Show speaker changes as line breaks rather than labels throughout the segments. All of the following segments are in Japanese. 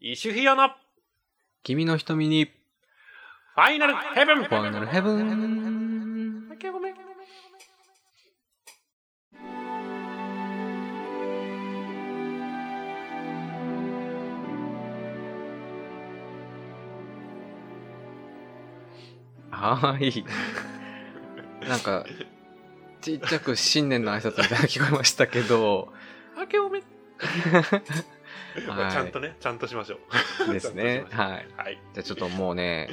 イシュヒヨのフ
君の瞳に、フ
ァイナルヘブン
ァイナルヘブン。はーい。なんか、ちっちゃく新年の挨拶みたいなの聞こえましたけど、
明けおめま
は
あ
い
ちゃんとね、ちゃんとしましょう。。
ですね
ちゃんとしましょ
はい。
うはい。
じゃあちょっともうね、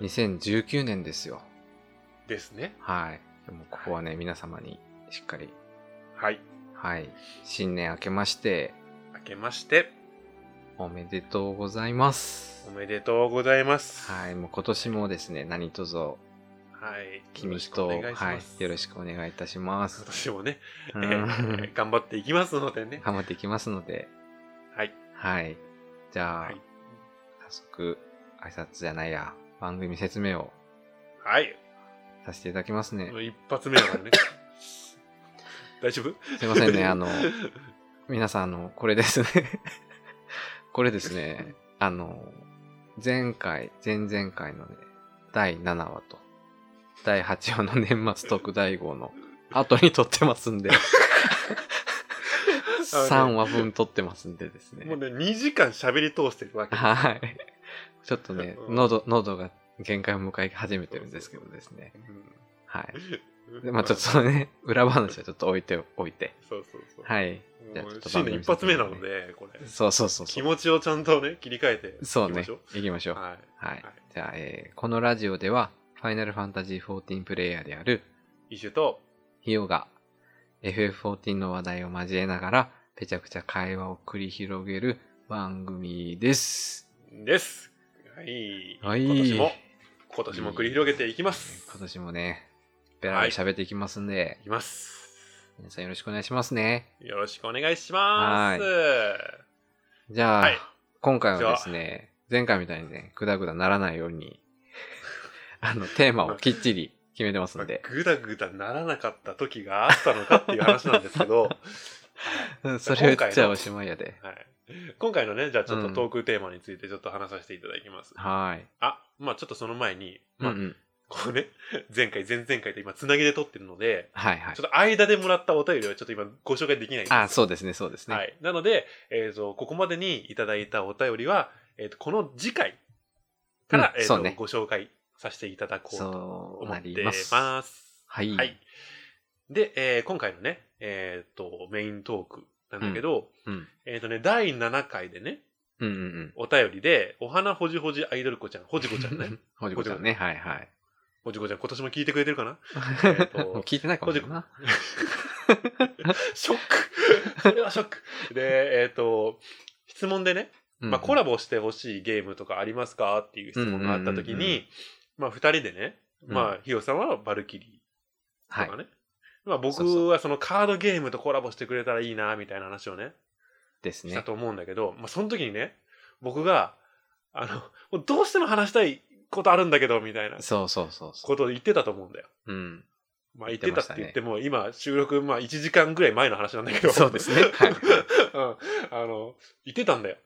2019年ですよ。
ですね。
はい。でもここはね、皆様にしっかり、
はい。
はい。新年明けまして、
明けまして、
おめでとうございます
お。めでとうございます。
はい。もう今年もですね、何卒、
はい。
君
よ
と、
ろしくお願いし
は
ま
い
す。。
よろしくお願いいたします。
私もね、
う
え
ん
ー頑張っていきますのでね。
頑張っていきますので、
はい。
はい。じゃあ、
はい
早速、挨拶じゃないや、番組説明を
はい。
させていただきますね
も。う一発目だからね。 大丈夫
すい ませんね、あの、皆さん、あの、これですね。 これですね、あの、前回、前々回のね、第7話と、第8話の年末特大号の後に撮ってます んで、3話分撮ってますんでですね。
もうね、2時間喋り通してるわけ。
はい。ちょっとね、
うん
喉、喉が限界を迎え始めてるんですけどですね。はい。でまあちょっとそのね、裏話はちょっと置いておいて。
そうそうそう。
はい。じゃあ
も
ちょっ
う
と
新
番組
年一発目なので、これ。
そうそうそうそ
気
う。
持ちをちゃんとね、切り替えて。
そうね。
いきましょ
行きましょう。はい。
はい。
じゃあ、えーこのラジオでは、ファイナルファンタジー14プレイヤーである
一周と、
ヒヨが FF14 の話題を交えながら、ぺちゃくちゃ会話を繰り広げる番組です。
です。はい。
はい
今年も、今年も繰り広げていきます。
今年もね、ベラベラ喋っていきますんで、
いきます。
皆さんよろしくお願いしますね。
よろしくお願いします。
じゃあ、
はい
今回はですね、前回みたいにね、ぐだぐだならないよ うに、あの、テーマをきっちり決めてます
まあ
んで、
ぐだぐだならなかった時があったのかっていう話なんですけ ど、
うんそれを言っちゃおしまいやで。
はい、今回のね、じゃあちょっ
う
と
ん
トークテーマについてちょっと話させていただきます。
はい。
あ、まあちょっとその前に、
うん
ま
う
あ、
ん。
これね、前回、前々回と今、つなぎで撮ってるので、
はいはい
ちょ。っと間でもらったお便りをちょっと今ご紹介できないんですよ
あ、そうですね、そうですね。
はい。なので、えっ、と、ここまでにいただいたお便りは、えっ、と、この次回から、
うん
えっ、
そう
と、
ね
ご紹介させていただこうと
そ
思
うな
って
り
ま
ま。
すす。
は。
はいで、えー今回のね、えっ、と、メイントークなんだけど、
うん。
えっ、とね、第7回でね、
うんうんうん。
お便りで、お花ほじほじアイドル子ちゃん、ほじこちゃん ね。
ほじこちゃんね、はいはい。
ほじこちゃん、今年も聞いてくれてるか なー と
もう 聞いてないかもしれないな。
ショッ クそれはショックで、えっ、と、質問でね、まあ、コ
れ
ラボしてほしいゲームとかありますかっていう質問があった時
うんうんうんうん
に、まあ、二人でね、
うん
まあ、ヒヨさんはバルキリー
はい
とか。ね、まあ、
そうそ
僕はそのカードゲームとコラボしてくれたらいいな、みたいな話をね、
です
し
ね
た。と思うんだけど、まあ、その時にね、僕が、あの、もうどうしても話したいことあるんだけど、みたいな
そうそうそうそ
ことを言ってたと思うんだよ。
う。うん。
まあ、言っ
言っ
てて
ま
た
し
ったて
ね
言っても、今、収録、まあ、1時間ぐらい前の話なんだけど。
そうですね。 はい。
うんあの、言ってたんだよ。だ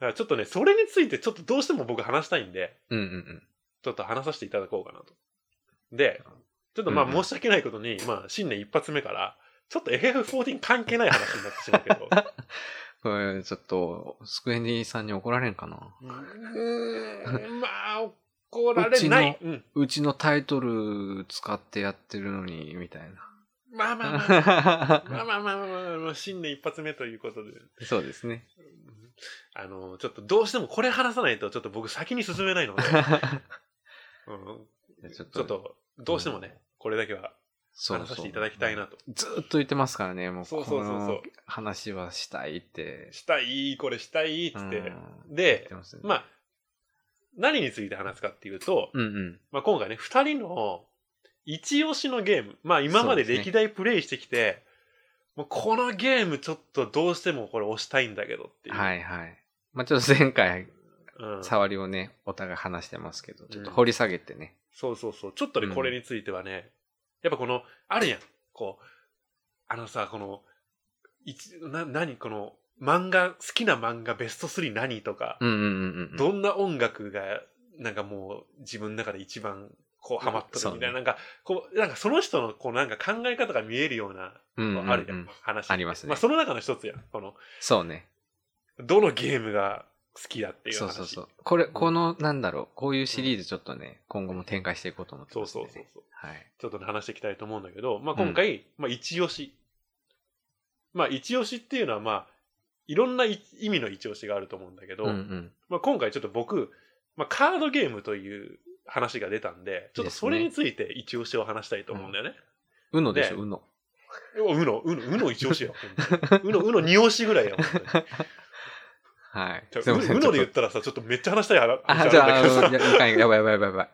からちょっとね、それについてちょっとどうしても僕話したいんで、
うんうんうん。
ちょっと話させていただこうかなと。で、ちょっと
う
ま
んうん
あ申し訳ないことに、まあ新年一発目から、ちょっと FF14 関係ない話になってしまうけ ど。
これ、ちょっと、スクエニさんに怒られんかな。
うーんまあ、怒られな
う
い
ち。
うん。
うちのタイトル使ってやってるのに、みたい
まあまあまあ。ま
な
あ。まあまあまあまあまあ、新年一発目ということで、
そうですね。
あの、ちょっとどうしてもこれ話さないと、ちょっと僕先に進めないので、うん
ちょっ
ちょっと、どうしてもね、これだけは
そうそう
話させていただきたいなと。
ずーっと言ってますからね、もう、
そうそうそうそう
この話はしたいって。
したい、これしたい、っつって。
うん言っ
で
て、ますね
まあ、何について話すかっていうと、
うんうん。
まあ、今回ね、二人の一押しのゲーム。まあ、今まで
そうですね
歴代プレイしてきて、もうこのゲームちょっとどうしてもこれ押したいんだけどっていう。
はいはい。まあちょっと前回、
うん、そ
触りをね、お互い話してますけど、ちょっと掘り下げてね。
うそうそう。ちょっと
う
ね、
ん
これについてはね、やっぱこの、あるやん。こう、あのさ、この、一、な、何この、漫画、好きな漫画ベスト3何とか、
うんうんうんうん。
どんな音楽が、なんかもう自分の中で一番、こう、ハマった
そう
み
ね
たいな、なんか、こう、なんかその人の、こう、なんか考え方が見えるような、
うんうんうん
あるやん、話。
ありますね
まあ、その中の一つやん。この、
そうね。
どのゲームが好きだっていう
そう
話。
そうそう。これ、この、なんだろう、こういうシリーズちょっとね、今後も展開していこうと思って
そう
ます、
そう
ね。
そうそう。
はい。
ちょっとね話していきたいと思うんだけど、まあ、今回、まあ、一押し。まあ、一押しっていうのは、まあ、いろんない意味の一押しがあると思うんだけど、
うんうん。
まあ、今回ちょっと僕、まあ、カードゲームという話が出たんで、ちょっとそれについて一押しを話したいと思うんだよね。
うのでしょ、
ね
うの。
うの、うの、うの一押しよ。う の、うの二押しぐらいよ。本当に
はい。
じゃあ
すいません
う
ちょ
の
っ
で言っ
と
たらさ、ちょっとめっちゃ話したい話
あ、
話
じゃあ、
あ
あ
るんだ
のいやいかんやばいやばいやばいやばい。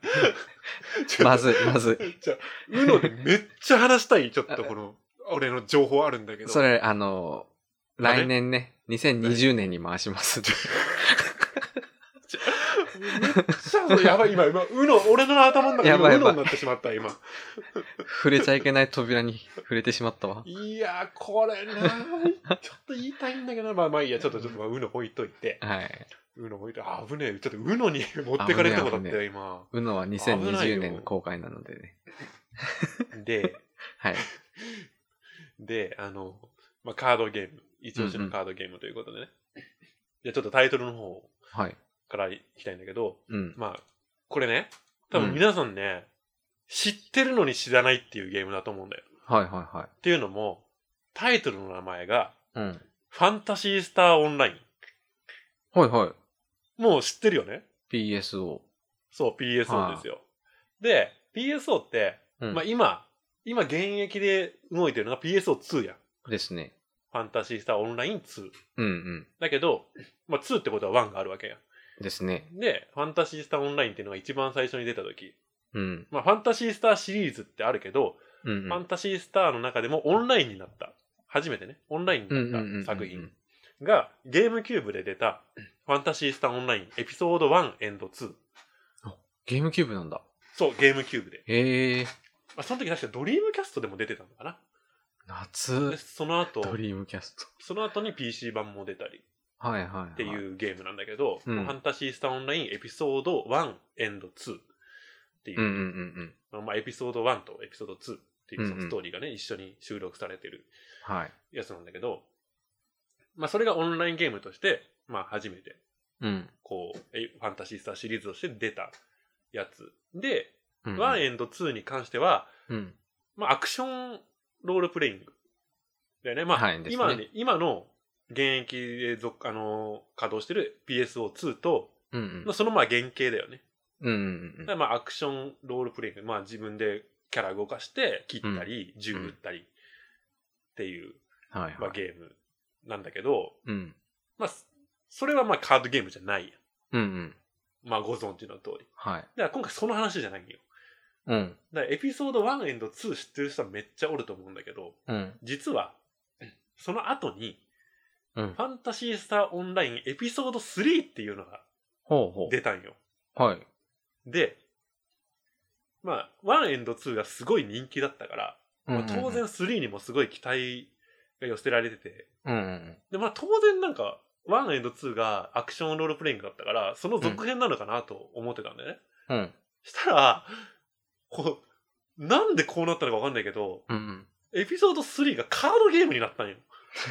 けどさ、
まずい、まずい。
じゃあ、うのでめっちゃ話したい、ちょっとこの、俺の情報あるんだけど。
それ、あの、
あれ
来年ね、2020年に回します。
めっちゃ、やばい、今、今、うの、俺の頭の中で
やば
今、
いうやば
の
い
になってしまった、今。
触れちゃいけない扉に触れてしまったわ。
いやー、これなー、ちょっと言いたいんだけどな、まあまあいいや、ちょっと、ちょっと、まあうの置いといて。
はい。
うの置いといて、あ、危ねえ、ちょっとうのに 持ってかれたことあった
危
よ、今。
うのは
危ないよ
2020年公開なのでね。
で、
はい。
で、あの、まあ、カードゲーム、一押しのカードゲームということでね。じゃあちょっとタイトルの方
はい。
からいきたいんだけど、
うん。
まあ、これね、多分皆さんね、知ってるのに知らないっていうゲームだと思うんだよ。
はいはいは
っていうのも、タイトルの名前が、
い。うん。
ファンタシースターオンライ
はいは
ン。
い。
もう知ってるよね
PSO。
そう、
は
PSO
あ
ですよ。で、PSO って、
うん
まあ今、今現役で動いてるのが PSO2 やん。
ですね。
ファンタシースターオンライン2。
うんうん。
だけど、まあ2ってことは1があるわけや
ですね。
ん。で、ファンタシースターオンラインっていうのが一番最初に出た時。
うん。
まあファンタシースターシリーズってあるけど、
うんうん。
ファンタシースターの中でもオンラインになった。初めてね、オンラインになった作
うんうんうん
品が、ゲームキューブで出た、ファンタシースターオンラインエピソード1&2。
ゲームキューブなんだ。
そう、ゲームキューブで。
へえ。
まあ、その時確かドリームキャストでも出てたのかな。で、
夏。
その後、
ドリームキャスト。
その後に PC 版も出たり
はいはい、はい。
っていうゲームなんだけど、
うん
ファンタシースターオンラインエピソード 1&2 っていう、
うんうんうんうん。
まあ、エピソード1とエピソード2っていうそ
うんう
の
ん
ストーリーがね、一緒に収録されてる
はい。
やつなんだけど、まあ、それがオンラインゲームとして、まあ、初めて、
うん。
こう、えファンタシースターシリーズとして出たやつ。で、
うんうん。
1&2 に関しては、
うん。
まあ、アクションロールプレイング。だよね。まあ、
はいですね
今ね、今の現役で続、あのー、稼働してる PSO2 と、
うんうん
まあ、。そのまあ原型だよね。
うんうん
だ
うん
からまあ、アクションロールプレイング。まあ、自分でキャラ動かして、切ったり、銃撃ったりっていう、
うん。はい
まあ、
はい。
ゲームなんだけど、
うん。
まあ、そそれはまあ、カードゲームじゃないや
うんうん。
んまあ、ご存知の通り。
は
だ
い。
から今回その話じゃないんよ。
うん。
だからエピソード 1&2 知ってる人はめっちゃおると思うんだけど、
うん。
実は、その後に、
うん
フ。ァンタシースターオンラインエピソード3っていうのが
ほうほ
出たんよ。
う。はい。
で、まあ、1&2 がすごい人気だったから、
うん
ま
う
あ
ん、
当然。3にもすごい期待が寄せられてて、
うんうんうん。
で、まあ当然なんか、1&2 がアクションロールプレイングだったから、その続編なのかなと思ってたんだよね。
うん。
したら、こう、なんでこうなったのかわかんないけど、
うん
エピソード3がカードゲームになったんよ。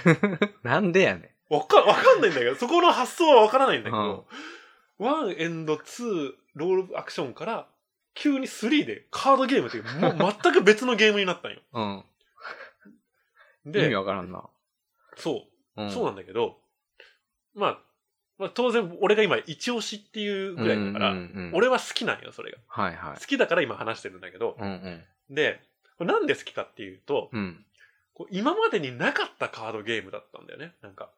うん。なんでやね
わか、わかんないんだけど、そこの発想はわからないんだけど、1&2 ロールアクションから、急に3でカードゲームという、もう全く別のゲームになったんよ。
ん。うん。意味
で、
わからんな。
そうう、
ん。
そう
う
なんだけど、まあ、まあ当然、俺が今、一押しっていうぐらいだから、
んうんうん、
俺は好きなんよ、それが。
はいはい
好。きだから今話してるんだけど、
うんうん。
で、これなんで好きかっていうと、
うん。
こう今までになかったカードゲームだったんだよね。なんか。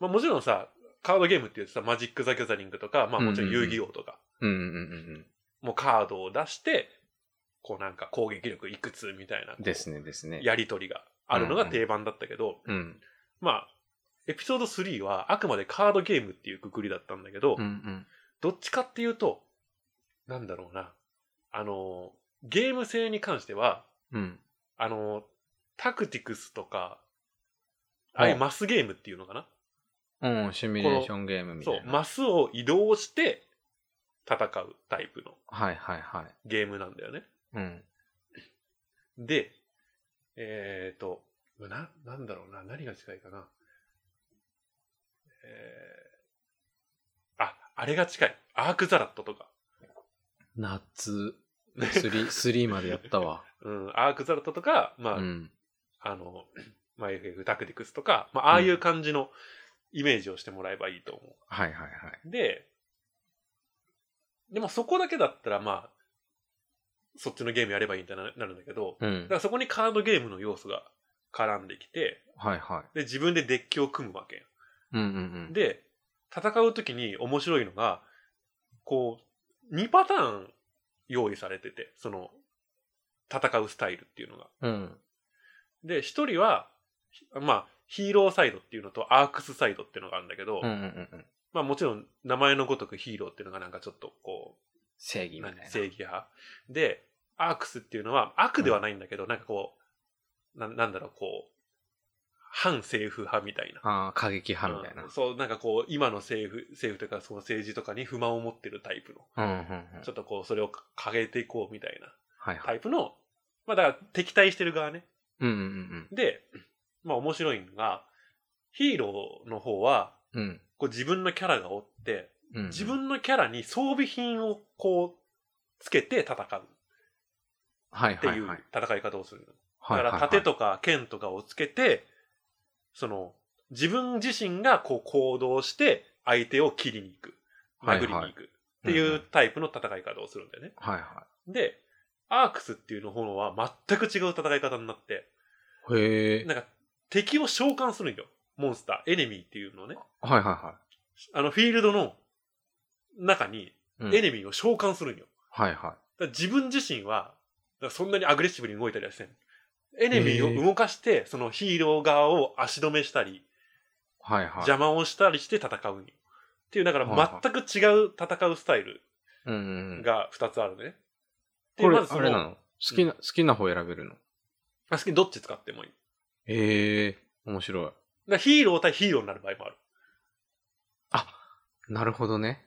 まあもちろんさ、カードゲームって言うとさ、マジック・ザ・ギャザリングとか、まあもちろん
うんうん
遊
うん
戯王とか、
うんうんうん
もうカードを出して、こうなんか攻撃力いくつみたいな、こ
う
う
ん。ですねですね。
やりとりがあるのが定番だったけど、
うん。
まあ、エピソード3はあくまでカードゲームっていうくくりだったんだけど、
うんうん。
どっちかっていうと、なんだろうな、あの、ゲーム性に関しては、
うん。
あの、タクティクスとか、ああいうマスゲームっていうのかな
うん、シミュレーションゲームみた
そう
いな。
マスを移動して戦うタイプの
はいはいはい。
ゲームなんだよね
うん。
でえっ、ー、とななんだろうな何が近いかなえー、ああれが近いアークザラットとか
夏、スリー、スリーまでやったわ。
うん、アークザラットとか、まあ、
うん。
あの、まあ、FF タクティクスとか、まあ、ああいう感じのイメージをしてもらえばいいと思
はいはいはい。
う。で、でもそこだけだったら、まあ、そっちのゲームやればいいんだななるんだけど、
う
だ
ん
か。らそこにカードゲームの要素が絡んできて、
はいは
で、自分でデッキを組むわけよ。
い。うんうん
で、戦うときに面白いのが、こう、2パターン用意されてて、その、戦うスタイルっていうのが。
うん。うん。
で、一人は、ひまあ、ヒーローサイドっていうのとアークスサイドっていうのがあるんだけど、
うんうんうんうん。
まあもちろん名前のごとくヒーローっていうのがなんかちょっとこ
正義
う、
みたい
何
な。
正義派。で、アークスっていうのは悪ではないんだけど、なんかこうな、なんだろう、こう、反政府派みたいな。
ああ、過激派みたいな
うん。そう、なんかこう、今の政府、政府というかその政治とかに不満を持ってるタイプの、
うんうんうん。
ちょっとこう、それを掲げていこうみたいな
はいは
タ
い。
イプの、まあだから敵対してる側ね。
うんうん
で、まあ面白いのが、ヒーローの方は、
うんうん。
こう自分のキャラがおって、
うん。
自分のキャラに装備品をこう、つけて戦う
はい
って
はいいうはい。
戦い方をするの。
はいはい
だ
は
から盾
い
とか剣とかをつけて、その、自分自身がこう行動して、相手を切りに行く。殴りに
は
行
い
く。っていうタイプの戦い方をするんだよね。
はいは
で、アークスっていうの方は全く違う戦い方になって、
い。へえ。
なんか敵を召喚するんよ。モンスター、エネミーっていうのをね。
はいはいは
あのフィールドの中に
い。うん
エネミーを召喚するんよ。
はいは
だから自分自身はだからそんなにアグレッシブに動いたりはせん。エネミーを動かして、そのヒーロー側を足止めしたり、
い。はいはい。
邪魔をしたりして戦うんよ。っていう、だか
はいは
ら全
い
く違う戦うスタイル
うんうんうん。
が2つあるね。で
これ、
まずそ
あれなの好きな、好きな方選べるの
あ好きにどっち使ってもいい。だか
へえ、面白い。
らヒーロー対ヒーローになる場合もある。
なるほどね。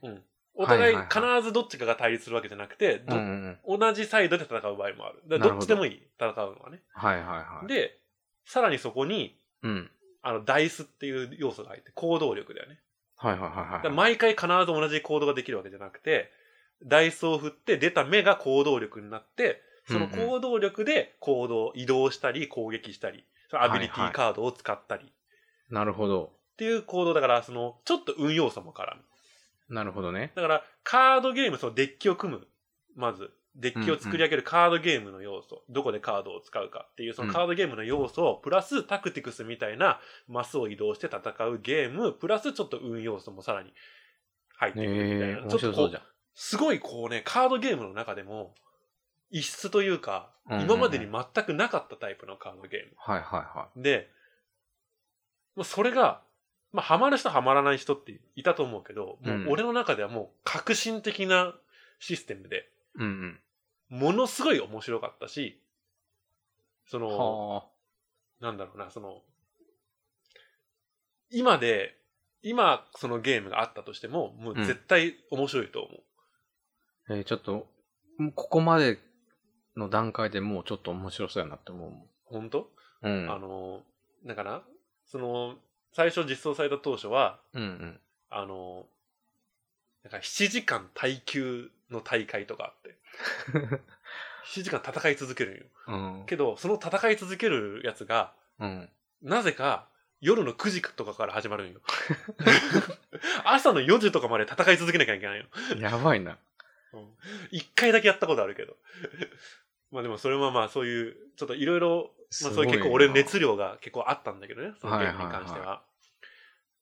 お互い
はい
必
はい
ずどっちかが対立するわけじゃなくて、
う
ど
んうんうん。
同じサイドで戦う場合もある。だからどっちでもいい、戦うのはね。
はいはいはい。
で、さらにそこに、
うん。
あの、ダイスっていう要素が入って、行動力だよね。
はいはいはいは
だ
い。
から毎回必ず同じ行動ができるわけじゃなくて、ダイスを振って出た目が行動力になって、その行動力で行動、移動したり、攻撃したり、そのアビリティカードを使ったり、っ
なるほど。
ていう行動だから、その、ちょっと運要素も絡む。
なるほどね。
だから、カードゲーム、そのデッキを組む。まず、デッキを作り上げるカードゲームの要素。どこでカードを使うかっていう、そのカードゲームの要素を、プラスタクティクスみたいなマスを移動して戦うゲーム、プラスちょっと運要素もさらに入ってくるみたい
え
な。
え、面
ちょっ
白
と
そ
こ
うじ
う
ゃん。
すごいこうね、カードゲームの中でも、異質というか、
うんうんうん
今までに全くなかったタイプのカードゲーム。
はいはいは
で、まあ、それが、まあ、ハマる人ハマらない人っていたと思うけど、もううん俺の中ではもう革新的なシステムで、
い。うん
ものすごい面白かったし、そ
うん。
の、
は
なんだろうな、その、今で、今そのゲームがあったとしても、もう絶対面白いと思う。
あ。えー、ちょっと、もうここまでの段階でもうちょっと面白そうやなって思うもん。
本当、
う
あ
ん。
の、だから、その、最初実装された当初は、
うんうん。
あの、なんか7時間耐久の大会とかあ って、7時間戦い続けるんよ。
うん。
けど、その戦い続けるやつが、
うん。
なぜか夜の9時とかから始ま るんよ。朝の4時とかまで戦い続けなきゃいけないよ。
やば いな。
一回だけやったことあるけど。まあでもそれもまあそういう、ちょっといろいろ、まあそういう結構俺熱量が結構あったんだけどね、そのゲームに関しては。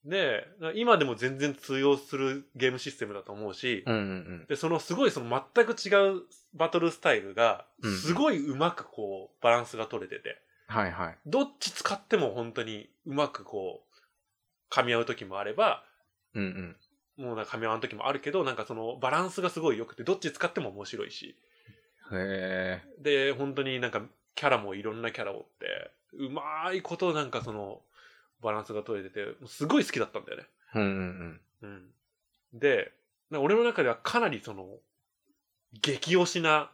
で、今でも全然通用するゲームシステムだと思うし、
うんうん
で、そのすごいその全く違うバトルスタイルが
うん、
すごいうまくこう、バランスが取れてて、
うん。はいはい。
どっち使っても本当にうまくこう、噛み合う時もあれば、
うんうん。
もうなんか噛み合わん時もあるけど、なんかそのバランスがすごい良くて、どっち使っても面白いし、
へえ。
で、本当になんかキャラもいろんなキャラおって、うまいことなんかその、バランスが取れてて、もうすごい好きだったんだよね。
うんうん
うん。で、な俺の中ではかなりその、激推しな、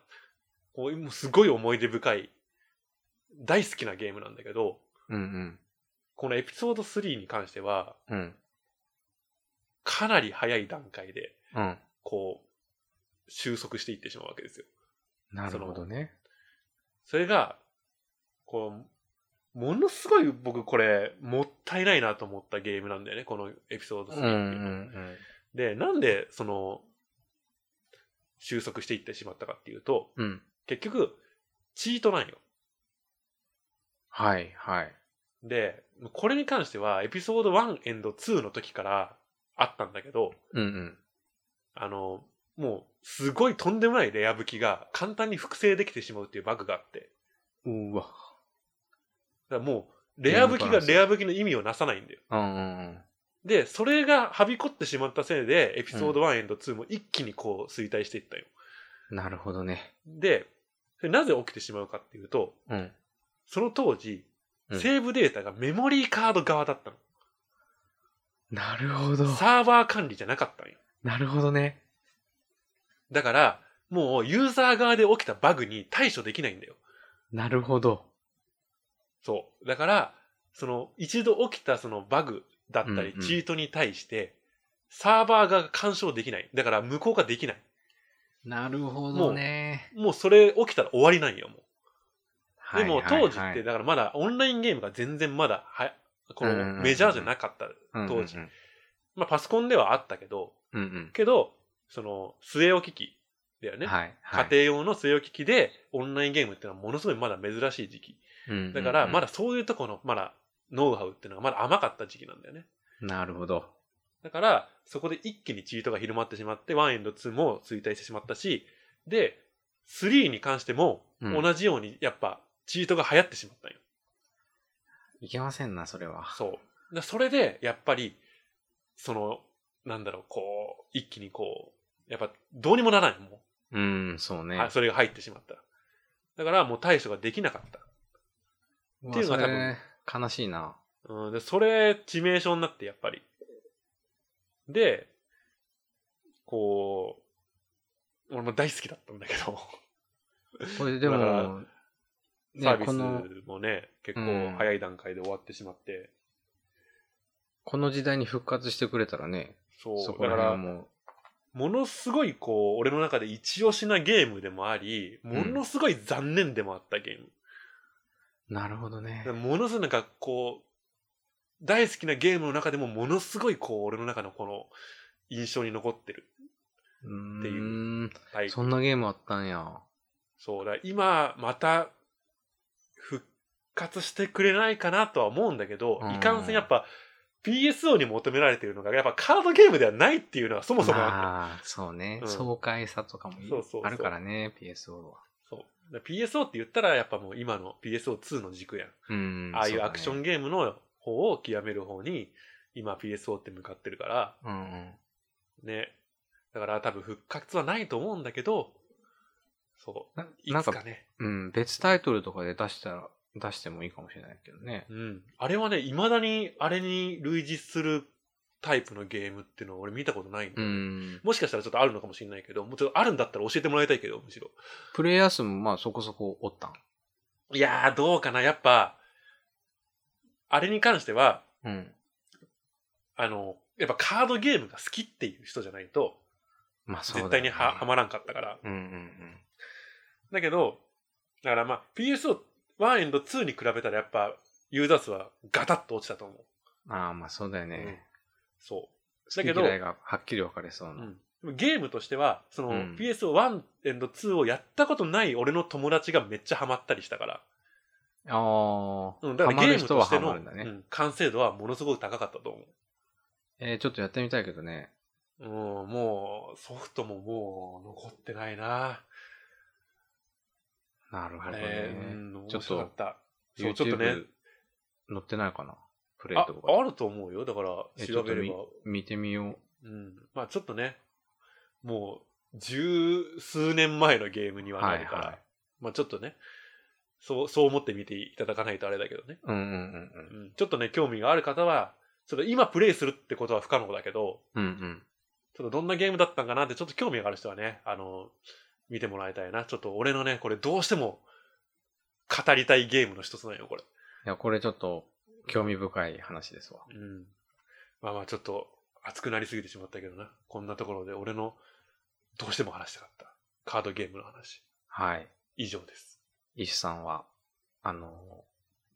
こうもうすごい思い出深い、大好きなゲームなんだけど、
うん。うん
このエピソード3に関しては、
うん。うん。
かなり早い段階で、
うん。
こう、収束していってしまうわけですよ。
なるほどね。
それが、こう、ものすごい僕これ、もったいないなと思ったゲームなんだよね、このエピソード3
う
って
ん
いう
う
の
ん
は
うん。
で、なんで、その、収束していってしまったかっていうと、
うん。
結局、チートなんよ。
はいはい。
で、これに関しては、エピソード1エンド2の時からあったんだけど、
うんうん。
あの、もう、すごいとんでもないレア武器が簡単に複製できてしまうっていうバグがあって、
うわ。
だからもう、レア武器がレア武器の意味をなさないんだよ。
うんうん
で、それがはびこってしまったせいで、エピソード1エンド2も一気にこう衰退していったよ。
うん。なるほどね。
で、それなぜ起きてしまうかっていうと、
うん。
その当時、
うん
セーブデータがメモリーカード側だったの。
なるほど。
サーバー管理じゃなかったんよ。
なるほどね。
だから、もうユーザー側で起きたバグに対処できないんだよ。
なるほど。
そう。だから、その、一度起きたそのバグだったり
うんう、ん
チートに対して、サーバー側が干渉できない。だから無効化できない。
なるほどね。
もうそれ起きたら終わりなんよ、もう。でも
はいはい
当
はい
時って、だからまだオンラインゲームが全然まだ、はこ
うんうんうん
の
うん
メジャーじゃなかった。当時。まあパソコンではあったけど、
うんうん
けど、その、据え置き機だよ
うん。
ね。
はい。
家庭用の据え置き機でオンラインゲームってのはものすごいまだ珍しい時期。
庭
だからまだ。そういうとこの、まだノウハウっていうのがまだ甘かった時期なんだよね。
なるほど。
だから、そこで一気にチートが広まってしまって、1エンド2も衰退してしまったし、で、3に関しても、
うん
同じように、やっぱ、チートが流行ってしまったんよ。
いけませんな、それは。
そう。だからそれで、やっぱり、その、なんだろう、こう、一気にこう、やっぱ、どうにもならないも
うん、そう
う、
ね。
あそれが入ってしまったら。だから、もう対処ができなかった。
う
っ
わ
ていうのが多分
それ悲し いな。
うん、で、それ、致命傷になって、やっぱり。で、こう、俺も大好きだったんだけど、
これで
だから
も、ね
サービ
この
スもね、結
うん
構早い段階で終わってしまって、
この時代に復活してくれたらね、そ
そう、
こ
だ
ら
か
辺は
ら、
も
ものすごいこう、俺の中で一押しなゲームでもあり、ものすごい残念でもあったゲーム。
う、なるほどね
だか。らものすごいなんかこう、大好きなゲームの中でもものすごいこう、俺の中のこの、印象に残ってる
うー
ってい
ん。
タイプ
そんなゲームあったんや。
そうだ、今、また、復活してくれないかなとは思うんだけど、
うん
いかんせんやっぱ、PSO に求められているのが、やっぱカードゲームではないっていうのはそもそもあるんだよ
まあ、そうね
う。ん
爽快さとかもい
そうそうそう
あるからね、PSO は。
そう。だから PSO って言ったら、やっぱもう今の PSO2 の軸やん。
うん。
ああい
そうだね
アクションゲームの方を極める方に、今 PSO って向かってるから、
うんうん。
ね。だから多分復活はないと思うんだけど、そう。
ないなん
つ
か
かね。
うん、別タイトルとかで出したら、出してもいいかもしれないけどね。
うん。あれはね、未だにあれに類似するタイプのゲームっていうのは俺見たことないん
う
で、
ん。
もしかしたらちょっとあるのかもしれないけど、もうちょっとあるんだったら教えてもらいたいけど、むしろ。
プレイヤー数もまあそこそこおったん。
いやー、どうかな。やっぱ、あれに関しては、
うん。
あの、やっぱカードゲームが好きっていう人じゃないと、
まあそうだ、ね。
絶対には,、はまらんかったから。
うんうん
だけど、だからまあ PSO1 エンド2に比べたらやっぱユーザー数はガタッと落ちたと思う。
うん。ああ、まあそうだよ
うん
ね。
そう。
好
だ
き
けど、
嫌いがはっきり分かれそう
う
な。
ん、でもゲームとしては、その
うん
PSO1 エンド2をやったことない俺の友達がめっちゃハマったりしたから。
ああ、
うん、だからゲームとして
ハマ
の、
る人はハマるんだね。
うん完成度はものすごく高かったと思う。
えー、ちょっとやってみたいけどね。
うん、もう、ソフトももう残ってないな。
なるほ
あ
ど
れ、
ね。
うん、面
ちょっと
白かった。そう、
YouTube
ちょっとね、
載ってないかな。プレイ
あ
と、か。
あると思うよ。だから、
え
調べれ
ち
ば
ょっ。見てみよ
うん。まあちょっとね、もう、十数年前のゲームに
う。
は
は
ないるから、
は
まあちょっとね、そう、そう思って見ていただかないとあれだけどね。
うんうん
うん、ちょっとね、興味がある方は、ちょっと今プレイするってことは不可能だけど、
うんうん。うん
ちょっとどんなゲームだったんかなって、ちょっと興味がある人はね、あの、見てもらいたいな。ちょっと俺のね、これどうしても語りたいゲームの一つなんよ、これ。
いや、これちょっと興味深い話ですわ。
うん。まあまあ、ちょっと熱くなりすぎてしまったけどな。こんなところで俺のどうしても話したかったカードゲームの話。
はい。
以上です。
イシュさんは、あの、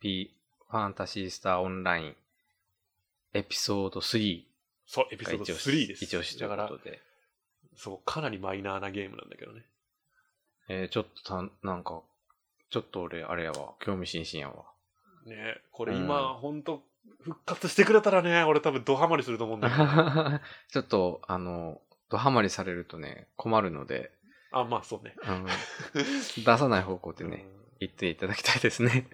P、ファンタシースターオンライン、エピソード3
そう、エピ
が
ソード
一押し
3です。
一押しと
だ
いう
から
こ、とで。
そう、かなりマイナーなゲームなんだけどね。
えー、ちょっとた、なんか、ちょっと俺、あれやわ、興味津々や わ。
ねこれ今、ほんと、復活してくれたらね、俺多分ドハマりすると思うんだ けど。
ちょっと、あの、ドハマりされるとね、困るので、
あ、まあそうね。
あの出さない方向でね、
うん
言っていただきたいです ね。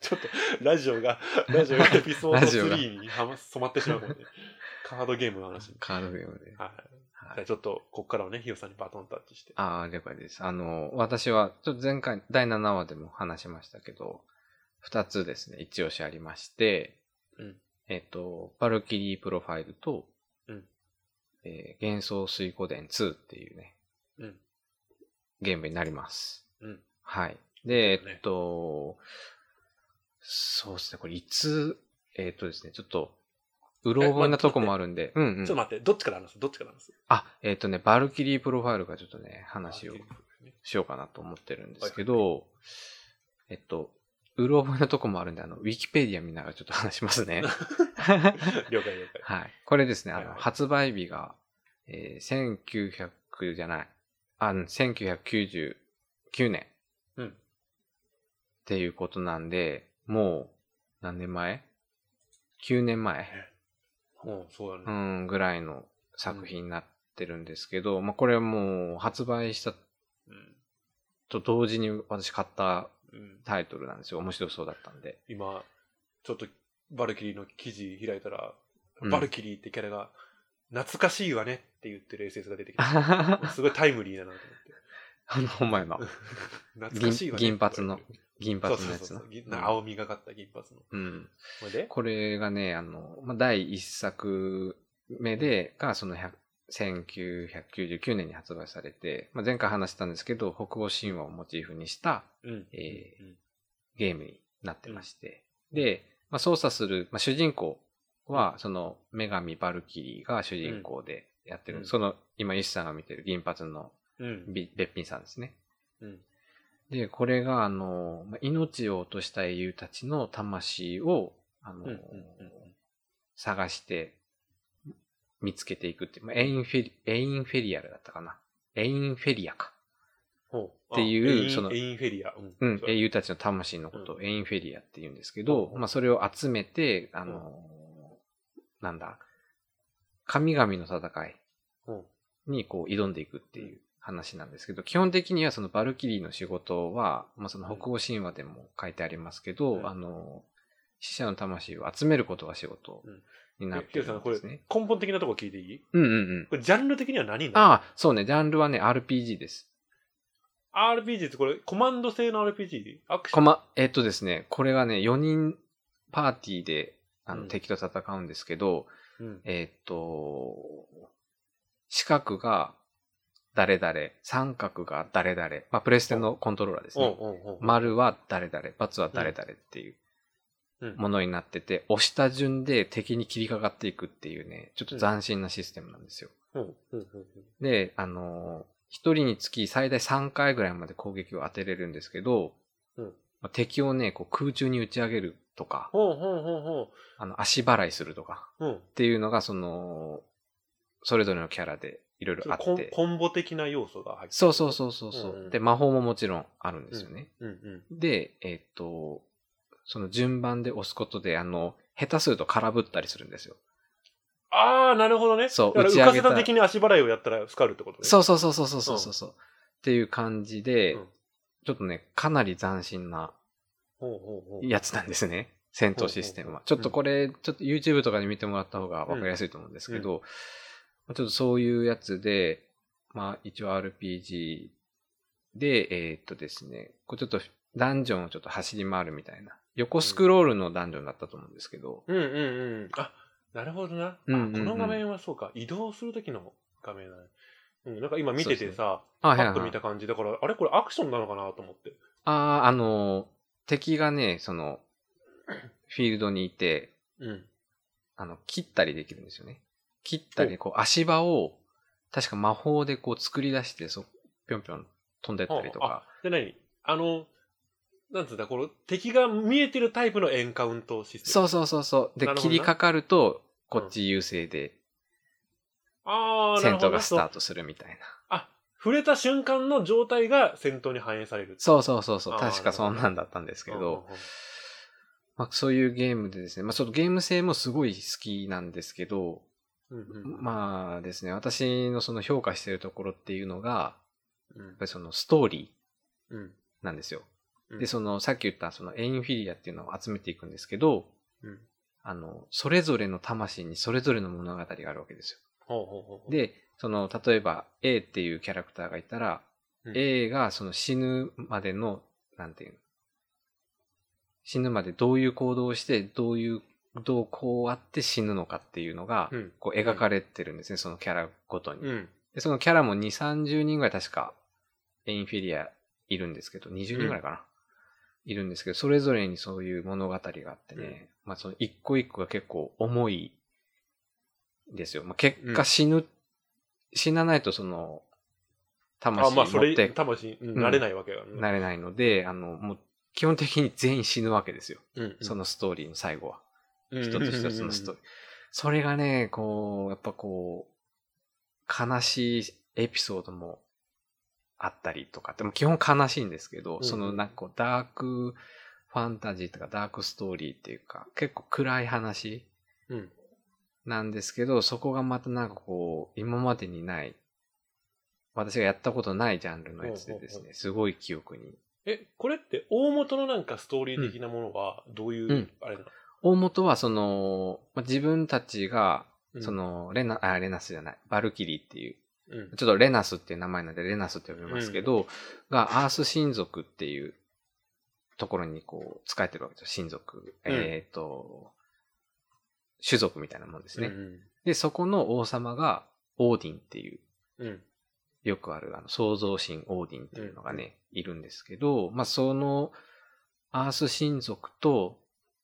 ちょっと、ラジオが、ラ ジオがエピソード
ラジオが
3にはま染まってしまうもんね。カードゲームの話。
カードゲームで。
はい。
はい
じゃあちょっと、こっからはね、ヒヨさんにバトンタッチして。
ああ、了解です。あの、私は、ちょっと前回、第7話でも話しましたけど、二つですね、一押しありまして、
うん
えっと、バルキリープロファイルと、
うん
えー幻想水湖伝2っていうね、
うん。
ゲームになります。
うん。
はい。で、
そうだね
えっと、そうですね、これいつ、えっとですね、ちょっと、うろ覚えなとこもあるんで、うんう
ちょっと
ん。
待って、どっちから話すどっちから話す
あ、えっとね、バルキリープロファイルがちょっとね、話を
あゲームね
しようかなと思ってるんですけど、えっと、うろ覚えなとこもあるんで、あの、ウィキペディア見ながらちょっと話します ね。
了解了解。
はい。これですね、あ
はい
の、
はい
発売日が、えー、1900じゃない、あの、1999年。
うん
っていうことなんで、もう、何年前 ?9 年前
うん、そうだ
う
ね。
ん、ぐらいの作品になってるんですけど、まあ、これはもう、発売した
うん。
と同時に私買った
うん、
タイトルなんですよ。面白そうだったんで。
今、ちょっと、バルキリーの記事開いたら、
うん
バルキリーってキャラが、懐かしいわねって言ってる SS が出てき た。
あ
すごいタイムリーだなと思って。
の、ほんまやな。
懐かしいわね
銀銀髪の銀
そ
髪
う
の
そう
や
そう
つ
そ
な
う。銀な青みがかった銀髪の。
うん。
これで
これがね、あの、まあ、第一作目で、が、その100 1999年に発売されて、まあ、前回話したんですけど、北欧神話をモチーフにした
うん。
え
うん
ゲームになってまして、で、まあ、操作する、まあ、主人公は、その、女神バルキリーが主人公でやってる、
うん
その、今、イシさんが見てる銀髪の
うん。
べべっぴんさんですね。
うん。
で、これが、あの、まあ命を落とした英雄たちの魂を、あの、
うんうんうん
探して、見つけていくって、まあ、エインフェリ、エインフェリアルだったかな。エインフェリアか。
ほう。
っていう
あエイン
その
エインフェリア。
う
うんそ、
英雄たちの魂のこ
う
とをエインフェリアって言うんですけど、
うん
まあそれを集めて、あのーなんだ、神々の戦い
ほ
にこう挑んでいくっていう話なんですけど、基本的にはそのバルキリーの仕事は、まあその北欧神話でも書いてありますけど、
うん
あのー死者の魂を集めることが仕事に
う。
な
え
っ、て
ヒロ
る
さん、
ん
こ
で
れ、
すね
根。本的なとこ聞いていい
うんうんうん。
これ、ジャンル的には何になる
ああ、そうね、ジャンルはね、RPG です。
?RPG ってこれ、コマンド制の RPG? アクシ
こ
ョン
ま、えっとですね、これがね、4人パーティーで、あ
う
の、
ん
敵と戦うんですけど、
うん。
えっと、四角が誰々、三角が誰々、まあ、プレステのコントローラーです
おう
ね。
おうおう。
丸は誰々、×は誰々っていう
うん
ものになってて、押した順で敵に切りかかっていくっていうね、ちょっと斬新なシステムなんですよ。
ほうほうほうほう
で、あのー、一人につき最大3回ぐらいまで攻撃を当てれるんですけど、
うん
まあ敵をね、こう空中に打ち上げるとか、
ほうほうほうほう。
あの足払いするとか
うん
っていうのが、その、それぞれのキャラでいろいろ
そ
あ
のコ
っ
ン。
て。
コンボ的な要素が入って
そうそうそうそうそう、
うんうん
で、魔法ももちろんあるんですよね。
う。うんうん。
で、えっと、その順番で押すことで、あの、下手すると空振ったりするんですよ。
ああ、なるほどね。
そう
だから
打
浮
ち上
か
げ
せ
た
た的に足払いをやったらスカルってことね。
そうそうそうそうそうそうそうそう、っていう感じで、
うん
ちょっとね、かなり斬新な
ほうほうほう。
やつなんですね。戦闘システムは。ち
ほ
ょ
う
っ
ほうほう
とこれ、ちょっと YouTube とかで見てもらった方がわかりやすいと思うんですけど、ちょっとそういうやつで、まあ一応 RPG で、えーっとですね、こうちょっとダンジョンをちょっと走り回るみたいな、横スクロールのダンジョンだったと思うんですけど、
うんうんうん。
あ、なるほどな。
うんうんうん
あこの画面はそうか、移動するときの画面だね。うん、なんか今見ててさ、
あ、
パ
はい
ッ
は
と
いは
見
い
た感じだから、あれこれアクションなのかなと思って。
あー、あの、敵がね、その、フィールドにいて、
うん。
あの、切ったりできるんですよね。切ったり、こう、足場を、確か魔法でこう作り出して、そう、ぴょんぴょん飛んでったりとか。
で、何あの、なんつうんだ、この敵が見えてるタイプのエンカウントシステム。。
そううそうそうそう。で
な、るほど
切
な
りかかると、こっち優勢で、
ああ、なる
戦
ほど
闘
な。
がスタ
そ
ー
う
トするみたいな。
あ、触れた瞬間の状態が戦闘に反映される。
そうそうそうそう。
あー
確かそんなんだったんですけど、まあ、そういうゲームでですね、まあ、ちょっとゲーム性もすごい好きなんですけど、
うんうんうん、うん、
まあですね、私のその評価してるところっていうのが、
うん、
やっぱりそのストーリ
うん。
ーなんですよ。
うん
で、その、さっき言ったそのエインフィリアっていうのを集めていくんですけど、
うん
あの、それぞれの魂にそれぞれの物語があるわけですよ。
ほうほうほうほう、
で、その、例えば A っていうキャラクターがいたら、
うん
A がその死ぬまでの、なんていうの、死ぬまでどういう行動をして、どういう、どうこうあって死ぬのかっていうのが、
うん。
こう描かれてるんですね、そのキャラごとに。
うん。
で、そのキャラも2、30人ぐらい確か、エインフィリアいるんですけど、20人ぐらいかな、いるんですけど、それぞれにそういう物語があってね、まあその一個一個が結構重いですよ。まあ結
うん
果死ぬ、死なないとその、
あ、
魂
ま
持
あ、それ
っ、て
魂、うん、
ん
なれないわけが、
なれないので、あの、もう基本的に全員死ぬわけですよ。
うん、
そのストーリーの最後は。
うん、
一つ一つのストーリー。それがね、こう、やっぱこう、悲しいエピソードもあったりとか、でも基本悲しいんですけど、
うん
そのなんかこう、ダークファンタジーとかダークストーリーっていうか、結構暗い話
うん
なんですけど、そこがまたなんかこう、今までにない、私がやったことないジャンルのやつでで
ほう
す
ほう
ね、すごい記憶に。
え、これって大元のなんかストーリー的なものは、どういう、
うん
あれなの、
大元はその、まあ自分たちが、
うん
そ、の、レナ、あ、レナスじゃない、バルキリーっていう、
うん、
ちょっとレナスっていう名前なんでレナスって呼びますけど、がアース親族っていうところにこう、使えてるわけですよ。親族。
うん
えっ、と、種族みたいなもんですね、
うん
で、そこの王様がオーディンっていう、
うん、
よくあるあの創造神オーディンっていうのがね、いるんですけど、まあそのアース親族と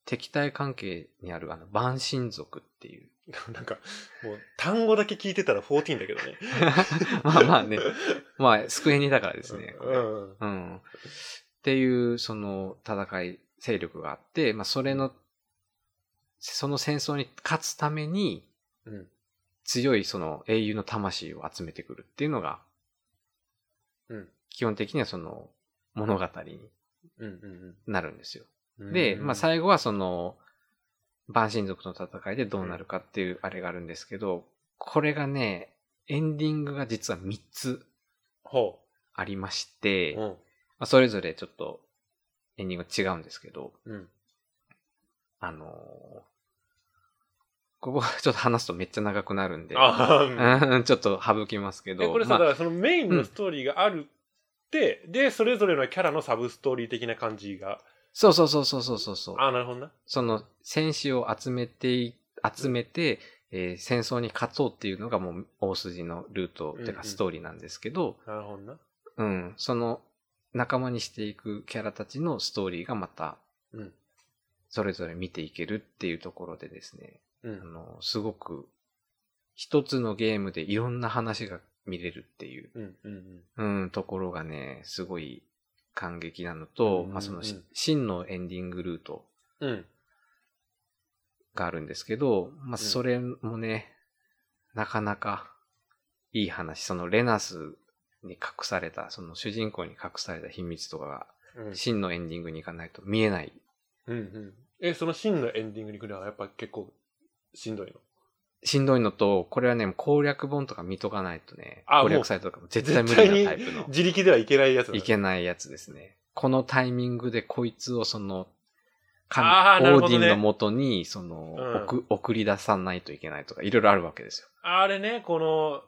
敵対関係にあるあのバン神族っていう。
なん か、もう、単語だけ聞いてたら14だけどね。
まあまあね、まあ救えにだからですね。これ
うん。
うん。っていう、その戦い、勢力があって、まあ、それの、その戦争に勝つために、
うん
強いその英雄の魂を集めてくるっていうのが、
うん
基本的にはその物語に
うんうん
なるんですよ。
うん。
で、まあ、最後はその、万神族の戦いでどうなるかっていうあれがあるんですけど、これがね、エンディングが実は3つ
ほ
ありまして、
う。うん。
まあ、それぞれちょっとエンディングが違うんですけど、
うん。
あのーここはちょっと話すとめっちゃ長くなるんで、
ああ、
うん ちょっと省きますけ
え、
ど、
これさ、
ま
だ
あ
からそのメインのストーリーがあるって、で、それぞれのキャラのサブストーリー的な感じが。
そうそうそうそうそうそうそう、
ああ、なるほどな。
その戦士を集めてい、集めて、えー戦争に勝とうっていうのがもう大筋のルート、
うんうん
てかストーリーなんですけど、
なるほどな。
うん、その仲間にしていくキャラたちのストーリーがまた
うん、
それぞれ見ていけるっていうところでですね、
う
あ
ん。
の、すごく、一つのゲームでいろんな話が見れるっていう、
うん。うんうん。
うん、ところがね、すごい感激なのと、
うん
まあ、その、
うん
し真のエンディングルート
うん。
があるんですけど、まあ、
ん
それもね、なかなかいい話、そのレナスに隠された、その主人公に隠された秘密とかが、
うん
真のエンディングに行かないと見えない。
うんうん。え、その真のエンディングに行くのはやっぱ結構しんどいの
しんどいのと、これはね、攻略本とか見とかないとね、
あもう
攻略サイトとかも絶対無理なタイプの。
自力ではいけないやつだ
いけないやつですね。このタイミングでこいつをその、
あーなる
オ
ほ
ー
どね
ディンのもとに、その、
うん
送送り出さないといけないとか、いろいろあるわけですよ。
あれね、この、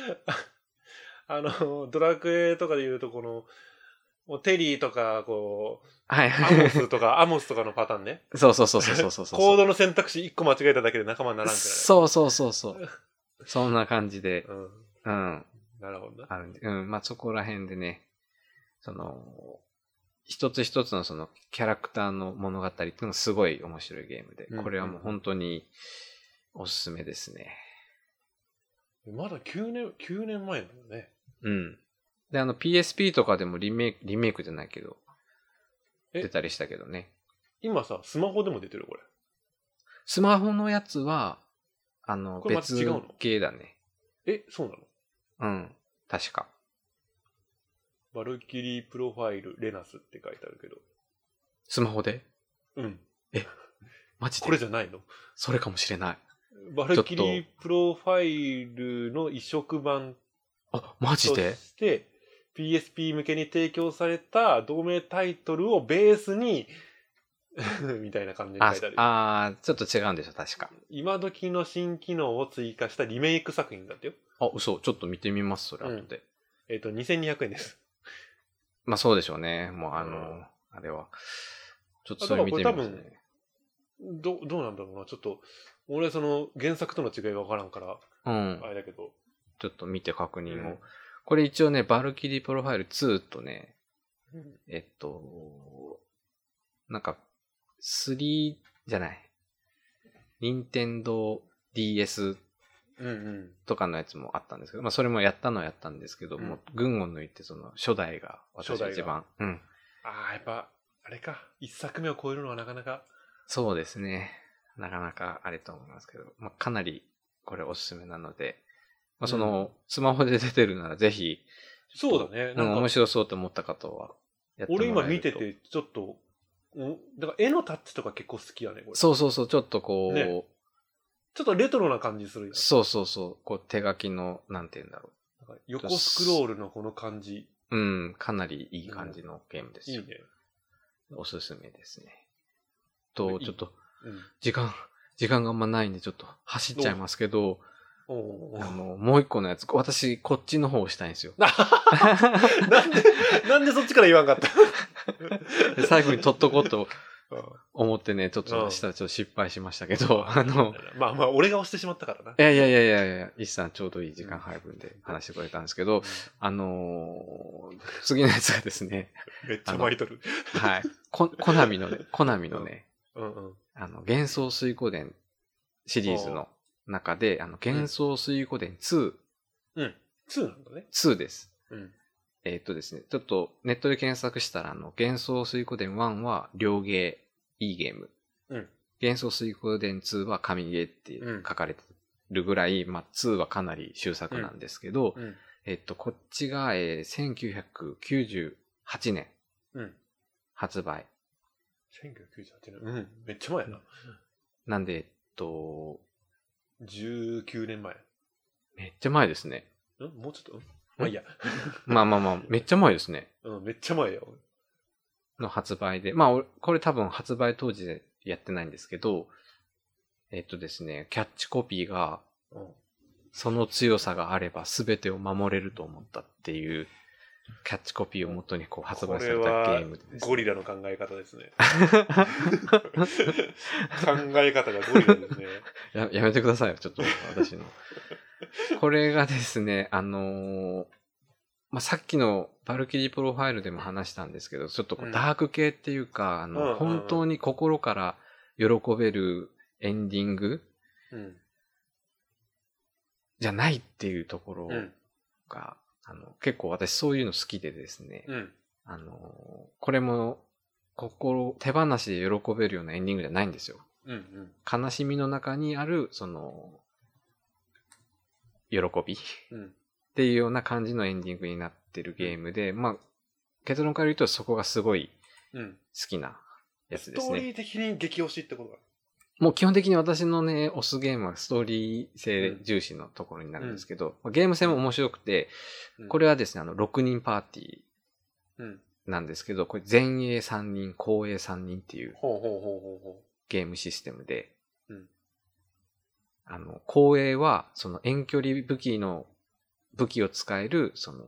あの、ドラクエとかで言うと、この、もうテリーとか、こう、
はい
アモスと か、アモスとかのパターンね。
そうそうそうそうそうそうそ う。
コードの選択肢1個間違えただけで仲間にならんく
そうそうそうそう。そんな感じで、
らい。うん。
うん、
なるほどな。
あるんで、うん、まあそこら辺でね、その、一つ一つのそのキャラクターの物語っていうのがすごい面白いゲームで
うん、
これはもう本当におすすめですね。
まだ9年、9年前なのね。
うん。で、あの PSP とかでもリメイク、リメイクじゃないけど、
え
出たりしたけどね。
今さ、スマホでも出てるこれ。
スマホのやつは、あの、
これまた
別
違うの
系だね。
え、そうなの
うん。確か。
バルキリープロファイルレナスって書いてあるけど。
スマホで
うん。
マジで
これじゃないの
それかもしれない。
バルキリープロファイルの移植版
あ、マジ
と
で
して PSP 向けに提供された同名タイトルをベースに みたいな感じに書
あ
いてある
あー、ちょっと違うんでしょ、確か。
今時の新機能を追加したリメイク作品だってよ
あ、嘘。ちょっと見てみます、それ、後で。
えっ、と2200円です
まあ、そうでしょうね。もう、あの、
うん
あれは。ちょっとそれ見てみます
あだからこ
ね。
どどうなんだろうなちょっと俺はその原作との違いが分からんから
うん
あ。れだけど、
ちょっと見て確認を。
うん
これ一応ね、バルキリープロファイル2とね、えっと、なんか、3じゃない。任天堂 DS
うんうん
とかのやつもあったんですけど、まあそれもやったのはやったんですけど、
うん
もう群を抜いてその初代が私が一番、うん。
ああやっぱあれか一作目を超えるのはなかなか
そうですね。なかなかあれと思いますけど、まあかなりこれおすすめなので、まあそのスマホで出てるならぜひ、
そうだね
うん
なん
面
か
白そうと思った方はやっても
俺
らえると
今見ててちょっとおだから絵のタッチとか結構好きやねこれ
そうそうそう、ちょっとこう、
ねちょっとレトロな感じするやん
そうそうそう、こう手書きの、なんて言うんだろ
なんか横スクロールのこの感じ、
う。うん、かなりいい感じのゲームです
いい
よ。
ね。
おすすめですね。
い
と、
い
ちょっと、
うん。
時間、 時間があんまないんで、ちょっと走っちゃいますけど、
おうおう。
あの、もう一個のやつ、私、こっちの方をしたいんですよ
なんで、なんでそっちから言わんかった
で 最後に取っとこうと
うん
思ってね、ちょっ
う
と
ん
したらちょっと失敗しましたけど、あの、
まあまあ、俺が押してしまったからな。
いやいやいやいやいや、石さんちょうどいい時間配分で話してくれたんですけど、あのー次のやつがですね、
めっちゃ巻いとる。
はい、コ コナミのね、コナミのね、
うんうん。
あの、幻想水湖伝シリーズの中で、あの、幻想水湖伝2、
2なんだね。
2です。
うん。
えーっとですね、ちょっとネットで検索したら、あの、幻想水湖伝1は両ゲー、いいゲーム。
うん
幻想水湖伝2は神ゲーって
うん
書かれてるぐらい、まあ、2はかなり終作なんですけど、
うん。
えっと、こっちが、えー1998年
うん。
発売。
1998年。うん。めっちゃ前やな。
なんで、えっと、
19年前。
めっちゃ前ですね。
んもうちょっとんまあいいや。
まあまあまあ、めっちゃ前ですね。
うん、めっちゃ前よ。
の発売で、まあ、おこれ多分発売当時でやってないんですけど、えっとですね、キャッチコピーが、
うん。
その強さがあれば全てを守れると思ったっていうキャッチコピーをもとにこう発
こ
売さ
れ
れた
は
ゲームでです、
ゴ
ね。
リラの考え方です ね。考え方がゴリラですね。
ややめてくださいよ、ちょっと私の。これがですね、あのーまあ、さっきのバルキリープロファイルでも話したんですけど、ちょっとこ
う
うんダーク系っていうか、あ
うんうんう
の
ん
本当に心から喜べるエンディング
うん。
じゃないっていうところ
うん。
が、あの結構私そういうの好きでですね、
うん。
あのーこれも心手放しで喜べるようなエンディングじゃないんですよ。
うん。うん。
悲しみの中にあるその喜び。
うん。
っていうような感じのエンディングになってるゲームで、まあ、結論から言うとそこがすごい
うん。
好きなやつ
ス
で
ト
す
ー
ね。
リー的に激推しってことか。
もう基本的に私のね、押すゲームはストーリー性重視のところになるんですけど、まあゲーム性も面白くて、こ
れ、
れはですね、あの、6人パーティ
うん。
ーなんですけど、これ前衛3人、後衛3人っていう
ほうほうほうほうほ
ゲームシステムで、
うん
あの、後衛はその遠距離武器の武器を使える、その、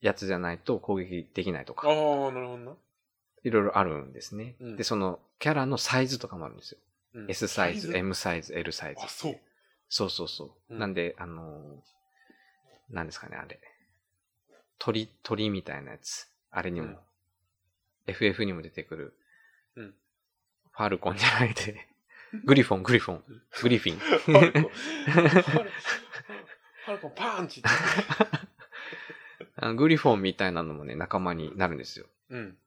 やつじゃないと攻撃できないと
ああ、な
か、
るほどな。
いろいろあるんですね。
うん
で、その、キャラのサイズとかもあるんですよ。
うん
S サイズ、
サ
M サイズ、L サイズ
あ、。そう。
そうそうそう。
うん
なんで、あのーなんですかね、あれ。鳥、鳥みたいなやつ。あれにも、
うん
FF にも出てくる。
うん
ファルコンじゃないで。 グリフォン、グリフォン。グリフ ィ
ファルコン
ン。。
ファルファルコンパンチって。
あのグリフォンみたいなのもね、仲間になるんですよ。
うん。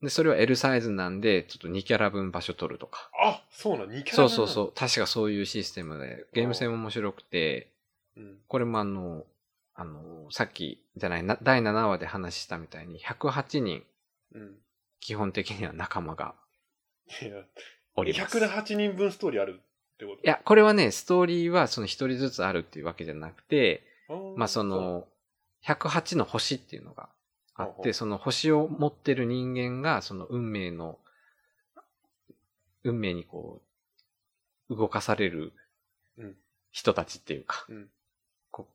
で、それは L サイズなんで、ちょっと2キャラ分場所取るとか。
あ、そうなの、2キャラ。
そうそうそうう。確かそういうシステムで、ゲーム性も面白くて、
うん。
これもあの、あの、さっきじゃない、な第7話で話したみたいに、108人、
うん。
基本的には仲間が
いや、
おります。い
108人分ストーリーあるってことい、
や、これはね、ストーリーはその一人ずつあるっていうわけじゃなくて、
ー
まあそ、の、108の星っていうのが
ほ
あ
う
っ
ほう
て、その星を持ってる人間が、その運命の、運命にこう、動かされる
うん
人たちっていうか、
うん
こ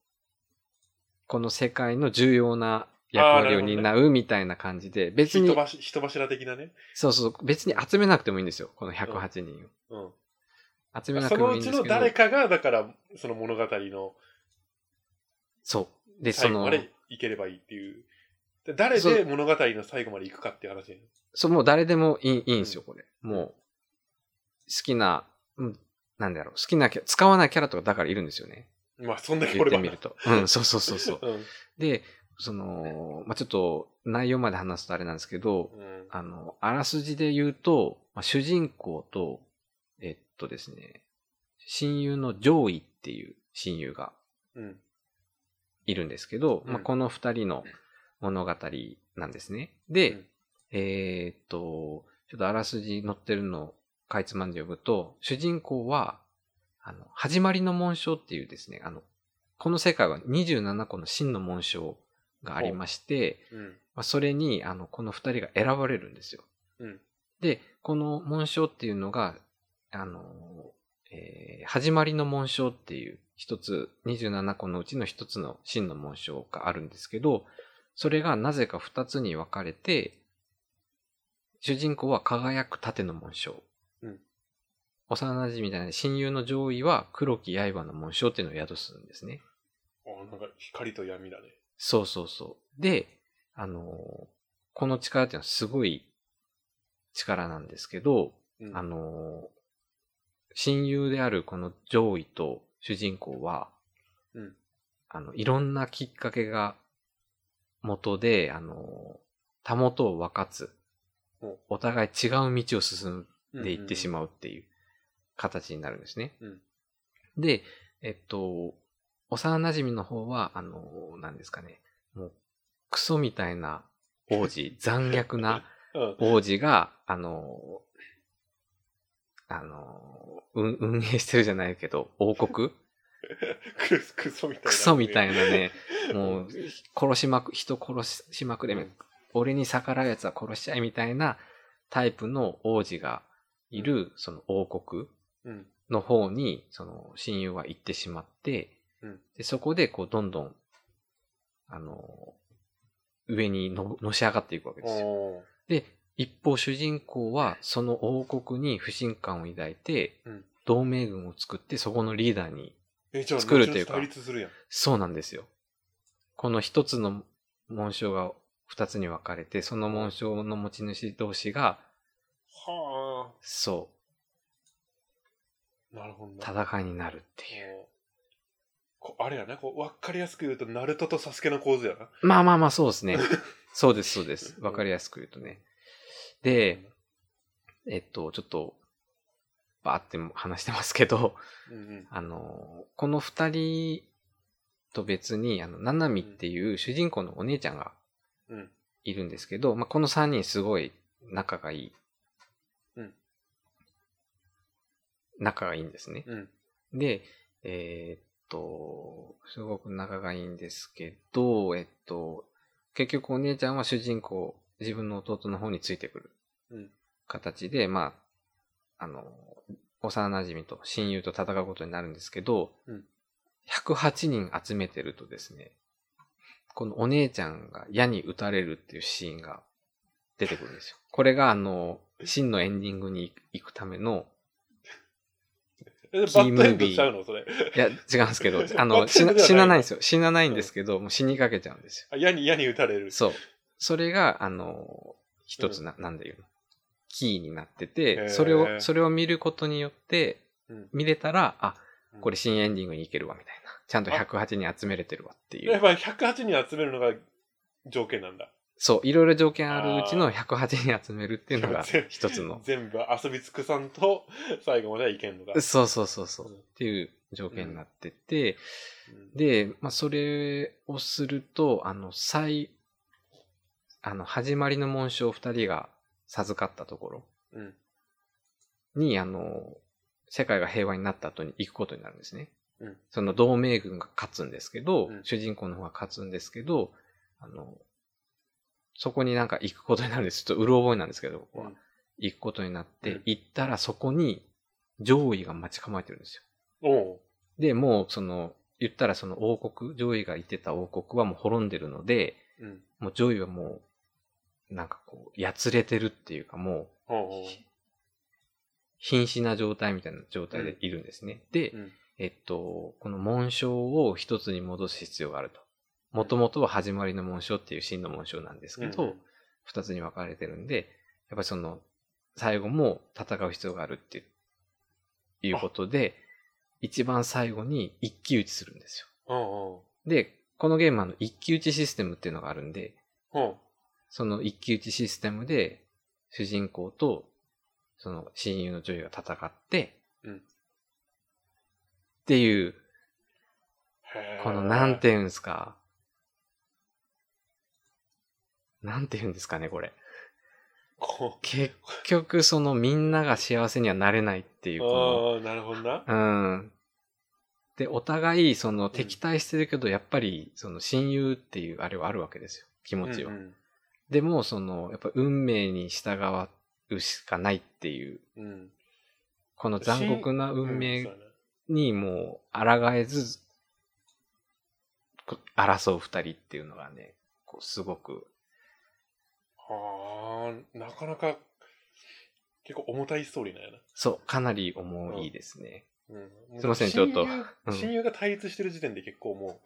この世界の重要な役割を担うみたいな感じで、別
人
に、
柱人柱的なね。
そうそう、別に集めなくてもいいんですよ、この108人を。
うん。
集めなく
そ
ても
の
いういん
ち
です
の
けど、
誰かが、だから、その物語の
そう。で、そ
最後
の
ま、でいければいいっていう。で誰
そ
で
う
物語の最後まで行くかっていう話ね。
そう、もう誰でもいいいいんですよ、これ。もう、好きな、うん、なんだろう、好きなキャ、使わないキャラとかだからいるんですよ ね。
まあ、そんだけ
言っ
俺
て
は。
みると。うん、そうそうそう そう。
うん。
で、その、まあ、ちょっと、内容まで話すとあれなんですけど、
うん。
あの、あらすじで言うと、まあ、主人公と、えっとですね、親友のジョイっていう親友が
うん。
いるんですけど、
うん
まあ、この二人の物語なんですね。で、
うん
えーっと、ちょっとあらすじ載ってるのをかいつまんで読むと、主人公は、あの、始まりの紋章っていうですね、あの、この世界は27個の真の紋章がありまして、
うん。
まあ、それに、あの、この二人が選ばれるんですよ。
うん
で、この紋章っていうのが、あの、えー始まりの紋章っていう一つ、27個のうちの一つの真の紋章があるんですけど、それがなぜか二つに分かれて、主人公は輝く盾の紋章。
うん
幼馴染みたいな親友の上位は黒き刃の紋章っていうのを宿すんですね。
あなんか光と闇だね。
そうそうそう。で、あのーこの力っていうのはすごい力なんですけど、
うん。
あのー親友であるこの上位と主人公は、
うん
あの、いろんなきっかけが元で、あのーたもとを分かつ
お、
お互い違う道を進む
うん
で行ってしまうっていう形になるんですね。
うん
で、えっと、幼馴染の方は、あの、何ですかね、もう、クソみたいな 王子、残虐な
うん。うん。
王子が、あの、あの、運運営してるじゃないけど、王国
クソクソみたいな。
クソみたいな ね、も
う
う、殺しまく、人殺ししまくれ、
うん
俺に逆らう奴は殺しちゃえみたいなタイプの王子がいる、その王国。
うん。
の方に、その、親友は行ってしまって、
うん
でそこで、こう、どんどん、あの、上にののし上がっていくわけですよ。
おー
で、一方、主人公は、その王国に不信感を抱いて、
うん
同盟軍を作って、そこのリーダーに、
え、じゃあ、
作るっていうか
後々対立するやん。
そうなんですよ。この一つの紋章が二つに分かれて、その紋章の持ち主同士が、
は
そ
あ。なるほど
う、
な。
戦いになるっていう。
もうこあれやな、こう、わかりやすく言うと、ナルトとサスケの構図やな。
まあまあまあ、そう ですね。そうです、そうです。わかりやすく言うとね。で、えっと、ちょっと、バーって話してますけど、
うんうん。
あの、この二人と別に、あの、ナナミっていう主人公のお姉ちゃんが
うん
いるんですけど、まあ、この三人すごい仲がいい。
うん
仲がいいんですね。
うん。
で、えーっと、すごく仲がいいんですけど、えっと、結局お姉ちゃんは主人公、自分の弟の方についてく
う
る
ん
形で、まあ、あの、幼馴染と親友と戦うことになるんですけど、
うん
108人集めてるとですね、このお姉ちゃんが矢に撃たれるっていうシーンが出てくるんですよ。これがあの、真のエンディングに行くための、
えバ
キ
ッド
ー
エンド
ムービー
ちゃうのそれ。、
いや、違うんですけどあ
バッ
の、
テ
死
ンでは
な
ない
死なないんですよ。死なないんですけど、もう死にかけちゃうんですよ。
あ矢に、矢に打たれる。
そう。それが、あの、一つな、なんで言うのキーになって
へー
て、それを、それを見ることによって
うん、
見れたら、あ、これ
うん
新エンディングに行けるわ、みたいな。ちゃんと108に集めれてるわってい
やっ
う。
ぱ108人集めるのが条件なんだ。
そう、いろいろ条件あるうちの108に集めるっていうのが
全部
一つの。
全部遊び尽くさんと最後まではいけんのか。
そうそうそうそう。
うん
っていう条件になってて、
うん
で、まあ、それをすると、あの、最、あの、始まりの紋章を二人が授かったところ
うん。
に、あの、世界が平和になった後に行くことになるんですね。
うん
その同盟軍が勝つんですけど、
うん
主人公の方が勝つんですけど、あの、そこになんか行くことになるんです。ちょっとうろ覚えなんですけど、ここは。
うん
行くことになって、
うん
行ったらそこに上位が待ち構えてるんですよ。
おう。
で、もうその、言ったらその王国、上位がいてた王国はもう滅んでるので、
うん。
もう上位はもう、なんかこう、やつれてるっていうかも
おう
う
おう。、
瀕死な状態みたいな状態でいるんですね。で、
うん
えっと、この紋章を一つに戻す必要があると。もともとは始まりの紋章っていう真の紋章なんですけ
う
ど
ん、
二、つに分かれてるんで、やっぱりその、最後も戦う必要があるっていういうことで、一番最後に一騎打ちするんですよ。
おう
で、このゲームはあの一騎打ちシステムっていうのがあるんで、
おう。
その一騎打ちシステムで、主人公と、その親友の女優が戦って、
うん
っていう、
へー
このなんて言うんですか、なんて言うんですかね、これ。
こ。
結局、そのみんなが幸せにはなれないっていうう、こ
ああ、なるほどな。
の、うん。で、お互い、その敵対してるけど、やっぱり、その親友っていうあれはあるわけですよ。気持ちは
う。ん
でも、その、やっぱ運命に従うしかないっていう、
うん。うん
この残酷な運
うんそ
命
うやな
にもう抗えず、こ争う二人っていうのがね、こうすごく、
ああ、なかなか、結構重たいストーリーなんやな。
そう、かなり重いですね。
うん
すいません
もう
ちょ
親
っと
友
うん
親友が対立してる時点で結構も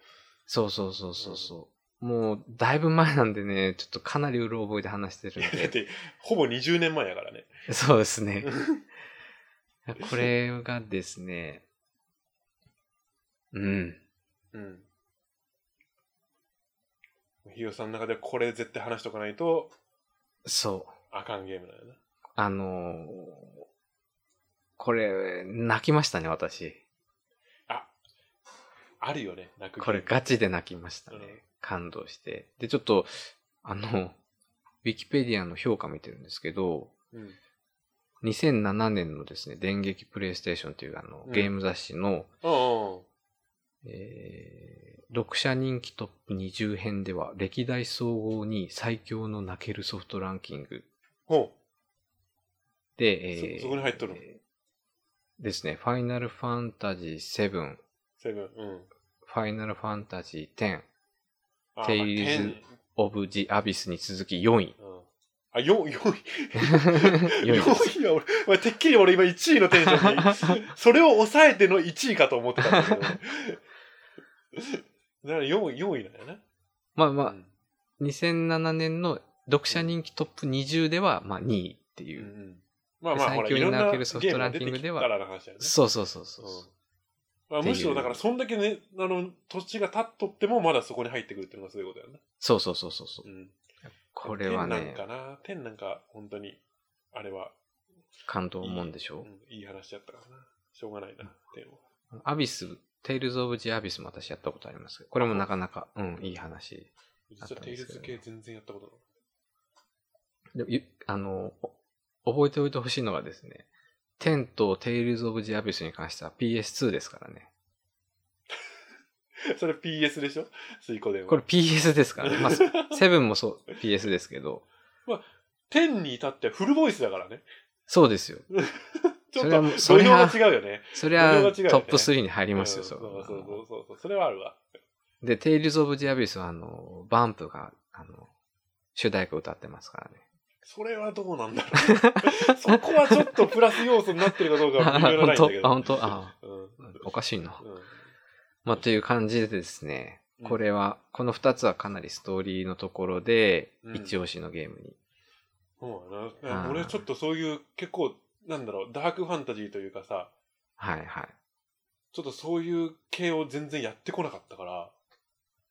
そうそうそうそうそう。もう、だいぶ前なんでね、ちょっとかなりうろ覚えで話して
う、
る
い
ん
やだっ
で、
て、ほぼ20年前やからね。
そうですね。 これがですね、うん。
うん。ひよさんの中ではこれ絶対話しとかないと
そう。
あかんゲームなんやな。
あのーこれ、泣きましたね、私。
あ、あるよね、泣くゲーム
これ、ガチで泣きましたね
うん。
感動して。で、ちょっと、あの、ウィキペディアの評価見てるんですけど、
うん。
2007年のですね、電撃プレイステーションというあの
うん
ゲーム雑誌の、
うんうん。
えー読者人気トップ20編では、歴代総合に最強の泣けるソフトランキング
ほ
で、えー
そそこに入っとるの
ですね、ファイナルファンタジー7、
う、セブン。うん。
ファイナルファンタジー10、
あ、
テイルズ
まあ
オブ・ジ・アビスに続き4位。
10うん。あ、4、4位。
4位です。
4位は俺、俺てっきり俺今1位のテンション に、それを抑えての1位かと思ってたんだけど。だから4位、4位なんやな。
まあま
うん
あ、2007年の読者人気トップ20では、まあ2位っていうう。
んまあまあ、ほら、
最強
い
に
ろんな
なっ
ゲ
てるソフ
ー
ト
ムが
ラン
出
キ
て
ング
き
で
た
は
からの話だよね。
そうそうそうそう
うん
そ
まあ、
っていう
むしろだからそんだけね、あの、年が経っとってもまだそこに入ってくるっていうのがそういうことやな。
う。そうそうそうそうう。
ん。
これは
天
ね
な、んかな。天なんか、本当に、あれは、
感動もんでしょ
うんいい話やったからな。しょうがないな、天は。
アビス、テイルズ・オブ・ジ・アビスも私やったことありますけど、これもなかなか、うん、いい話。あっ
実
た
は
ん
テイ
で
ル
すけ
ズ
どね
系全然やったことない。
でもゆあの、お覚えておいてほしいのがですね、10とテイルズ・オブ・ジ・アビスに関しては PS2 ですからね。
それ PS でしょスイコでも。
これ PS ですからね。まあ、 セブンもそう PS ですけど、
天に至ってはフルボイスだからね。
そうですよ。
ちょっ
それは
と
もう、そ
土
れ
俵
は
が違うよね。
そりゃ、
土俵
ト
が違うよね
ップ3に入りますよ、
うん
そ
そううそうそうそう。それはあるわ。
で、テイルズ・オブ・ジアビスは、あの、バンプが、あの、主題歌歌ってますからね。
それはどうなんだろう。 そこはちょっとプラス要素になってるかどうかは微妙なラインだけど。
あ本当あ
うんうん
おかしいな。まあ、という感じでですね、
うん
これは、この二つはかなりストーリーのところで
う、ん
一押しのゲームに。
そうだな
あー
俺ちょっとそういう結構なんだろうダークファンタジーというかさ
はいはい。
ちょっとそういう系を全然やってこなかったから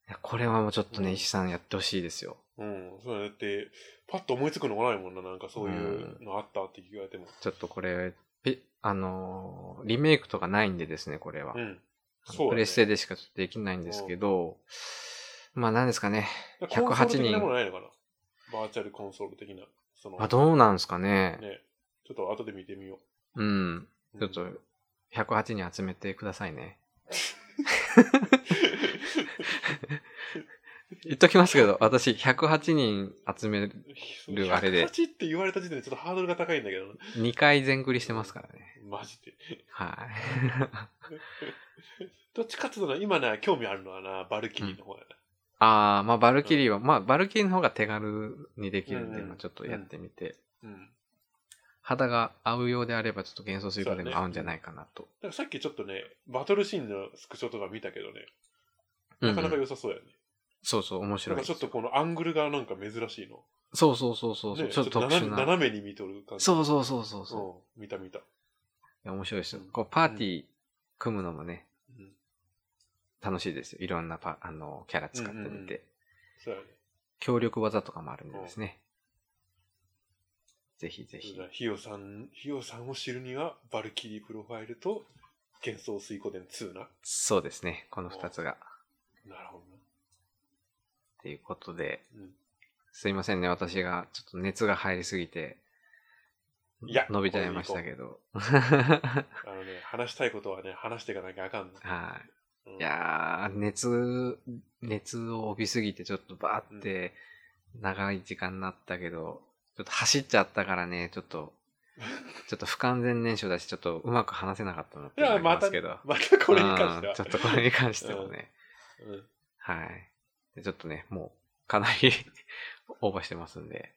いやこれはもうちょっと
う
ね、
ん
石さんやってほしいですよ。
うんそうだねだってパッと思いつくのがないもんななんかそういうのあったって言われても
ちょっとこれ、え、あのーリメイクとかないんでですね、これは。
うん、
あ
そ
の
うだね
プレステでしかちょっとできないんですけど、まあ何ですかね。
コンソール的な
108
ものないのかなバーチャルコンソール的なその
あ、どうなんですかね。
ねちょっと後で見てみよ
うん。
う、
ちょ っと、108人集めてくださいね。言っときますけど、私、108人集める、
る
あれで
108って言われた時点でちょっとハードルが高いんだけどな
2回全繰りしてますからね。
マジで
はい。
どっちかっていうとな今ね興味あるのはなバルキリーの方やな、
ああ、まあ、バルキリーは、まあ、バルキリーの方が手軽にできるんで、
うん
まあ、ちょっとやってみて、
うん
肌が合うようであれば、ちょっと幻想水庫で
そうだね
も合うんじゃないかなと。
なんかさっきちょっとね、バトルシーンのスクショとか見たけどね、
うん
な
う
んかなか良さそうやね。
そうそう、面白
ないんか。ちょっとこのアングルがなんか珍しいの。
そうそうそうそう、
ね
ちょっと特殊
斜め
な。
斜めに見とる感じ。
そうそうそうそうそ
う
う
ん見た見た。
いや。面白いですよ
うん。
こう、パーティー組むのもね、
うん。
楽しいですよ。いろんなパ、あの、キャラ使って
うんうんう
み
ん
て。
そうやね。
協力技とかもあるんでですね。ぜひぜひ。
ひよさん、ひよさんを知るには、バルキリープロファイルと幻想水湖伝2な。
そうですね。この二つが。
なるほ
ということで、
どな。
すいませんね、私がちょっと熱が入りすぎて、
うん。いや、
伸びちゃいましたけど。
これでいこう。あのね、話したいことはね、話していかなきゃあかんの。
は
うん
い。いやー、熱、熱を帯びすぎて、ちょっとバーって、長い時間になったけど、ちょっと走っちゃったからね、ちょ っと、ちょっと不完全燃焼だし、ちょっとうまく話せなかったなって
い
いうの
や、
が
ま
ありま
た、
すけど。
またこれに関して
う
は
ん。ちょっとこれに関してもね。
うん
はいで。ちょっとね、もう、かなり オーバーしてますんで。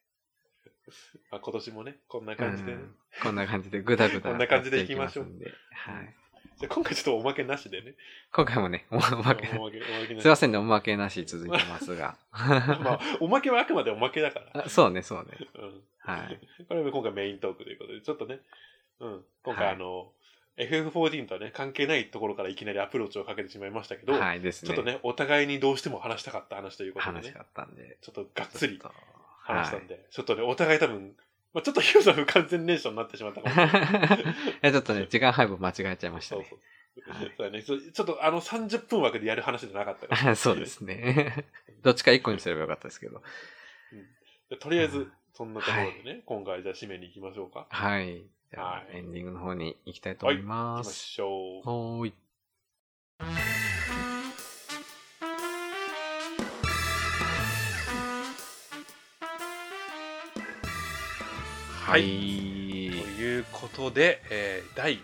まあ今年もね、こんな感じでね。
うんこんな感じで、ぐだぐだ。
こんな感じでいきましょう
で。はい。
じゃあ今回ちょっとおまけなしでね。
今回もね、おまけ、
おまけ、おまけなし
すいませんね、おまけなし続いてますが。
まあ、おまけはあくまでおまけだから。
あ そうね、そうね。
う
はい。
ん、これも今回メイントークということで、ちょっとね、うん、今回
はい
あの、FF14 とはね、関係ないところからいきなりアプローチをかけてしまいましたけど、
はいですね。
ちょっとね、お互いにどうしても話したかった話ということで
話
ね
が、あったんで。
ちょっとがっつり
ちょっと
話した
は
んで、ちょっとね、お互い多分、まあ、ちょっとヒロさん不完全燃焼になってしまったかもしれない。
い。い や、ちょっとね、時間配分間違えちゃいました
そう
ね
そ。う。
はい
そうだね、そうちょっとあの30分枠でやる話じゃなかったから。
そうですね。 どっちか一個にすればよかったですけど。
でとりあえず、そんなところでね、
は
今回じゃあ締めに行きましょうか。
はい。じゃあ
は、い
エンディングの方に行きたいと思い
行
ま。
きますしょう。
はーい。は
はい
い。
ということで、えー第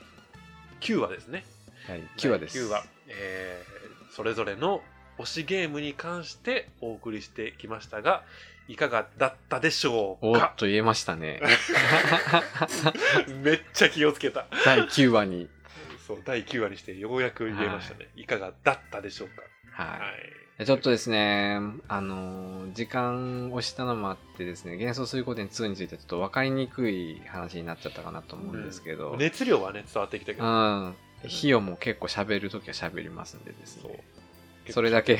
9話ですね。
はい、9話です。
第9話、えーそれぞれの推しゲームに関してお送りしてきましたが、いかがだったでしょう
おっ
か
と言えました ね。
めっちゃ気をつけた。
第9話に。
そう、第9話にしてようやく言えましたね。い、かがだったでしょうか。は。
はいい。ちょっとですね、あのー時間をしたのもあってですね、幻想水光点2についてはちょっと分かりにくい話になっちゃったかなと思うんですけど、うん。
熱量はね、伝わってきたけど、
費用も結構喋るときは喋りますんでです
そう
ね。それだけ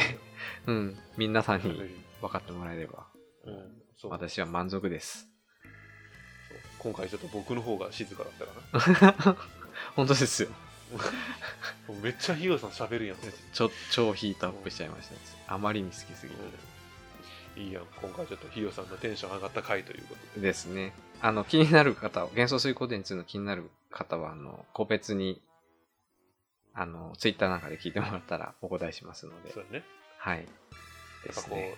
うん。皆さん
結構
に分かってもらえれば、
うん、そう
私は満足です。
そう今回ちょっと僕の方が静かだったかな。
本当ですよ。
もうめっちゃヒーローさん喋 るやん。
ちょ、超ヒートアップしちゃいました。あまりに好きすぎて。
いいやん、今回ちょっとヒーローさんのテンション上がった回ということで。
ですね。あの、気になる方は、幻想水光伝2の気になる方は、あの、個別に、あの、ツイッターなんかで聞いてもらったらお答えしますので
そ、うだね。
はい。
や
で
っぱ
す
こ
ね。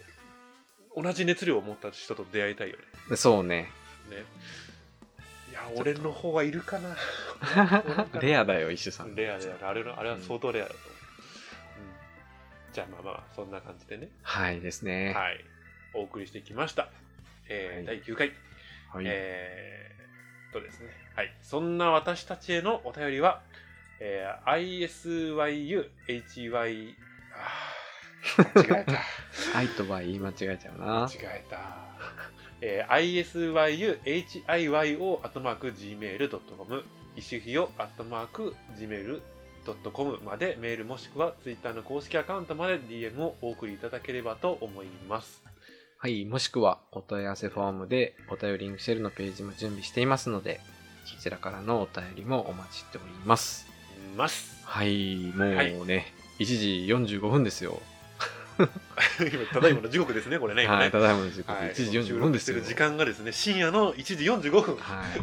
う、同じ熱量を持った人と出会いたいよね。
そうね。
ねいや、俺の方はいるかな。
レアだよ、一種さん。
レアだよね。あれのあれは相当レアだと思う。うんじゃあまあまあ、そんな感じでね。
はいですね。
はい。お送りしてきました。えー
はい
第9回。
はい。
えーっとですね。はい。そんな私たちへのお便りは、えー、ISYUHY、あー間違えた。
愛とは言い間違えちゃう
間
な
違。えた。えー、isyuhiyo.gmail.com 石ひよ .gmail.com までメールもしくは Twitter の公式アカウントまで DM をお送りいただければと思います。
はい。もしくは、お問い合わせフォームで、お便りンクシェルのページも準備していますので、そちらからのお便りもお待ちしております。
ます。
はい。もう
は
ね、
い
1時45分ですよ。
今、ただいまの時刻ですね、これね。今
は
ね
い。ただいまの時刻、
はい
1時45分ですよ。
収録してる時間がですね、深夜の1時45分。
はい。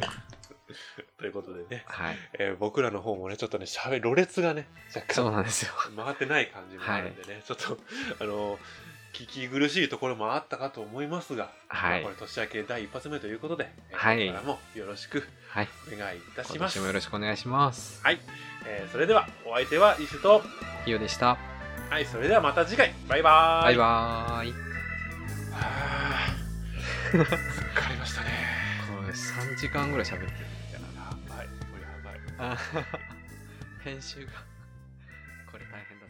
ということでね、
はい。
えー僕らの方もね、ちょっとね、喋、ろれつがね、若
そう
干
なんですよ。
回ってない感じもあるんでね、ちょっと、あの、聞き苦しいところもあったかと思いますが、
はい
まあこれ年明け第一発目ということで、えー
はい
これからもよろしく
はい。
お願いいたし
今
ます。
年もよろしくお願いします。
えーそれでは、お相手はイシュと、
ひよでした。
はい、それではまた次回、バイバーイ。
バイバーイ。
はー 疲れましたね。
これ3時間ぐらい喋ってるみ たいな。
やばい、これやばい。
あはは編集がこれ大変だ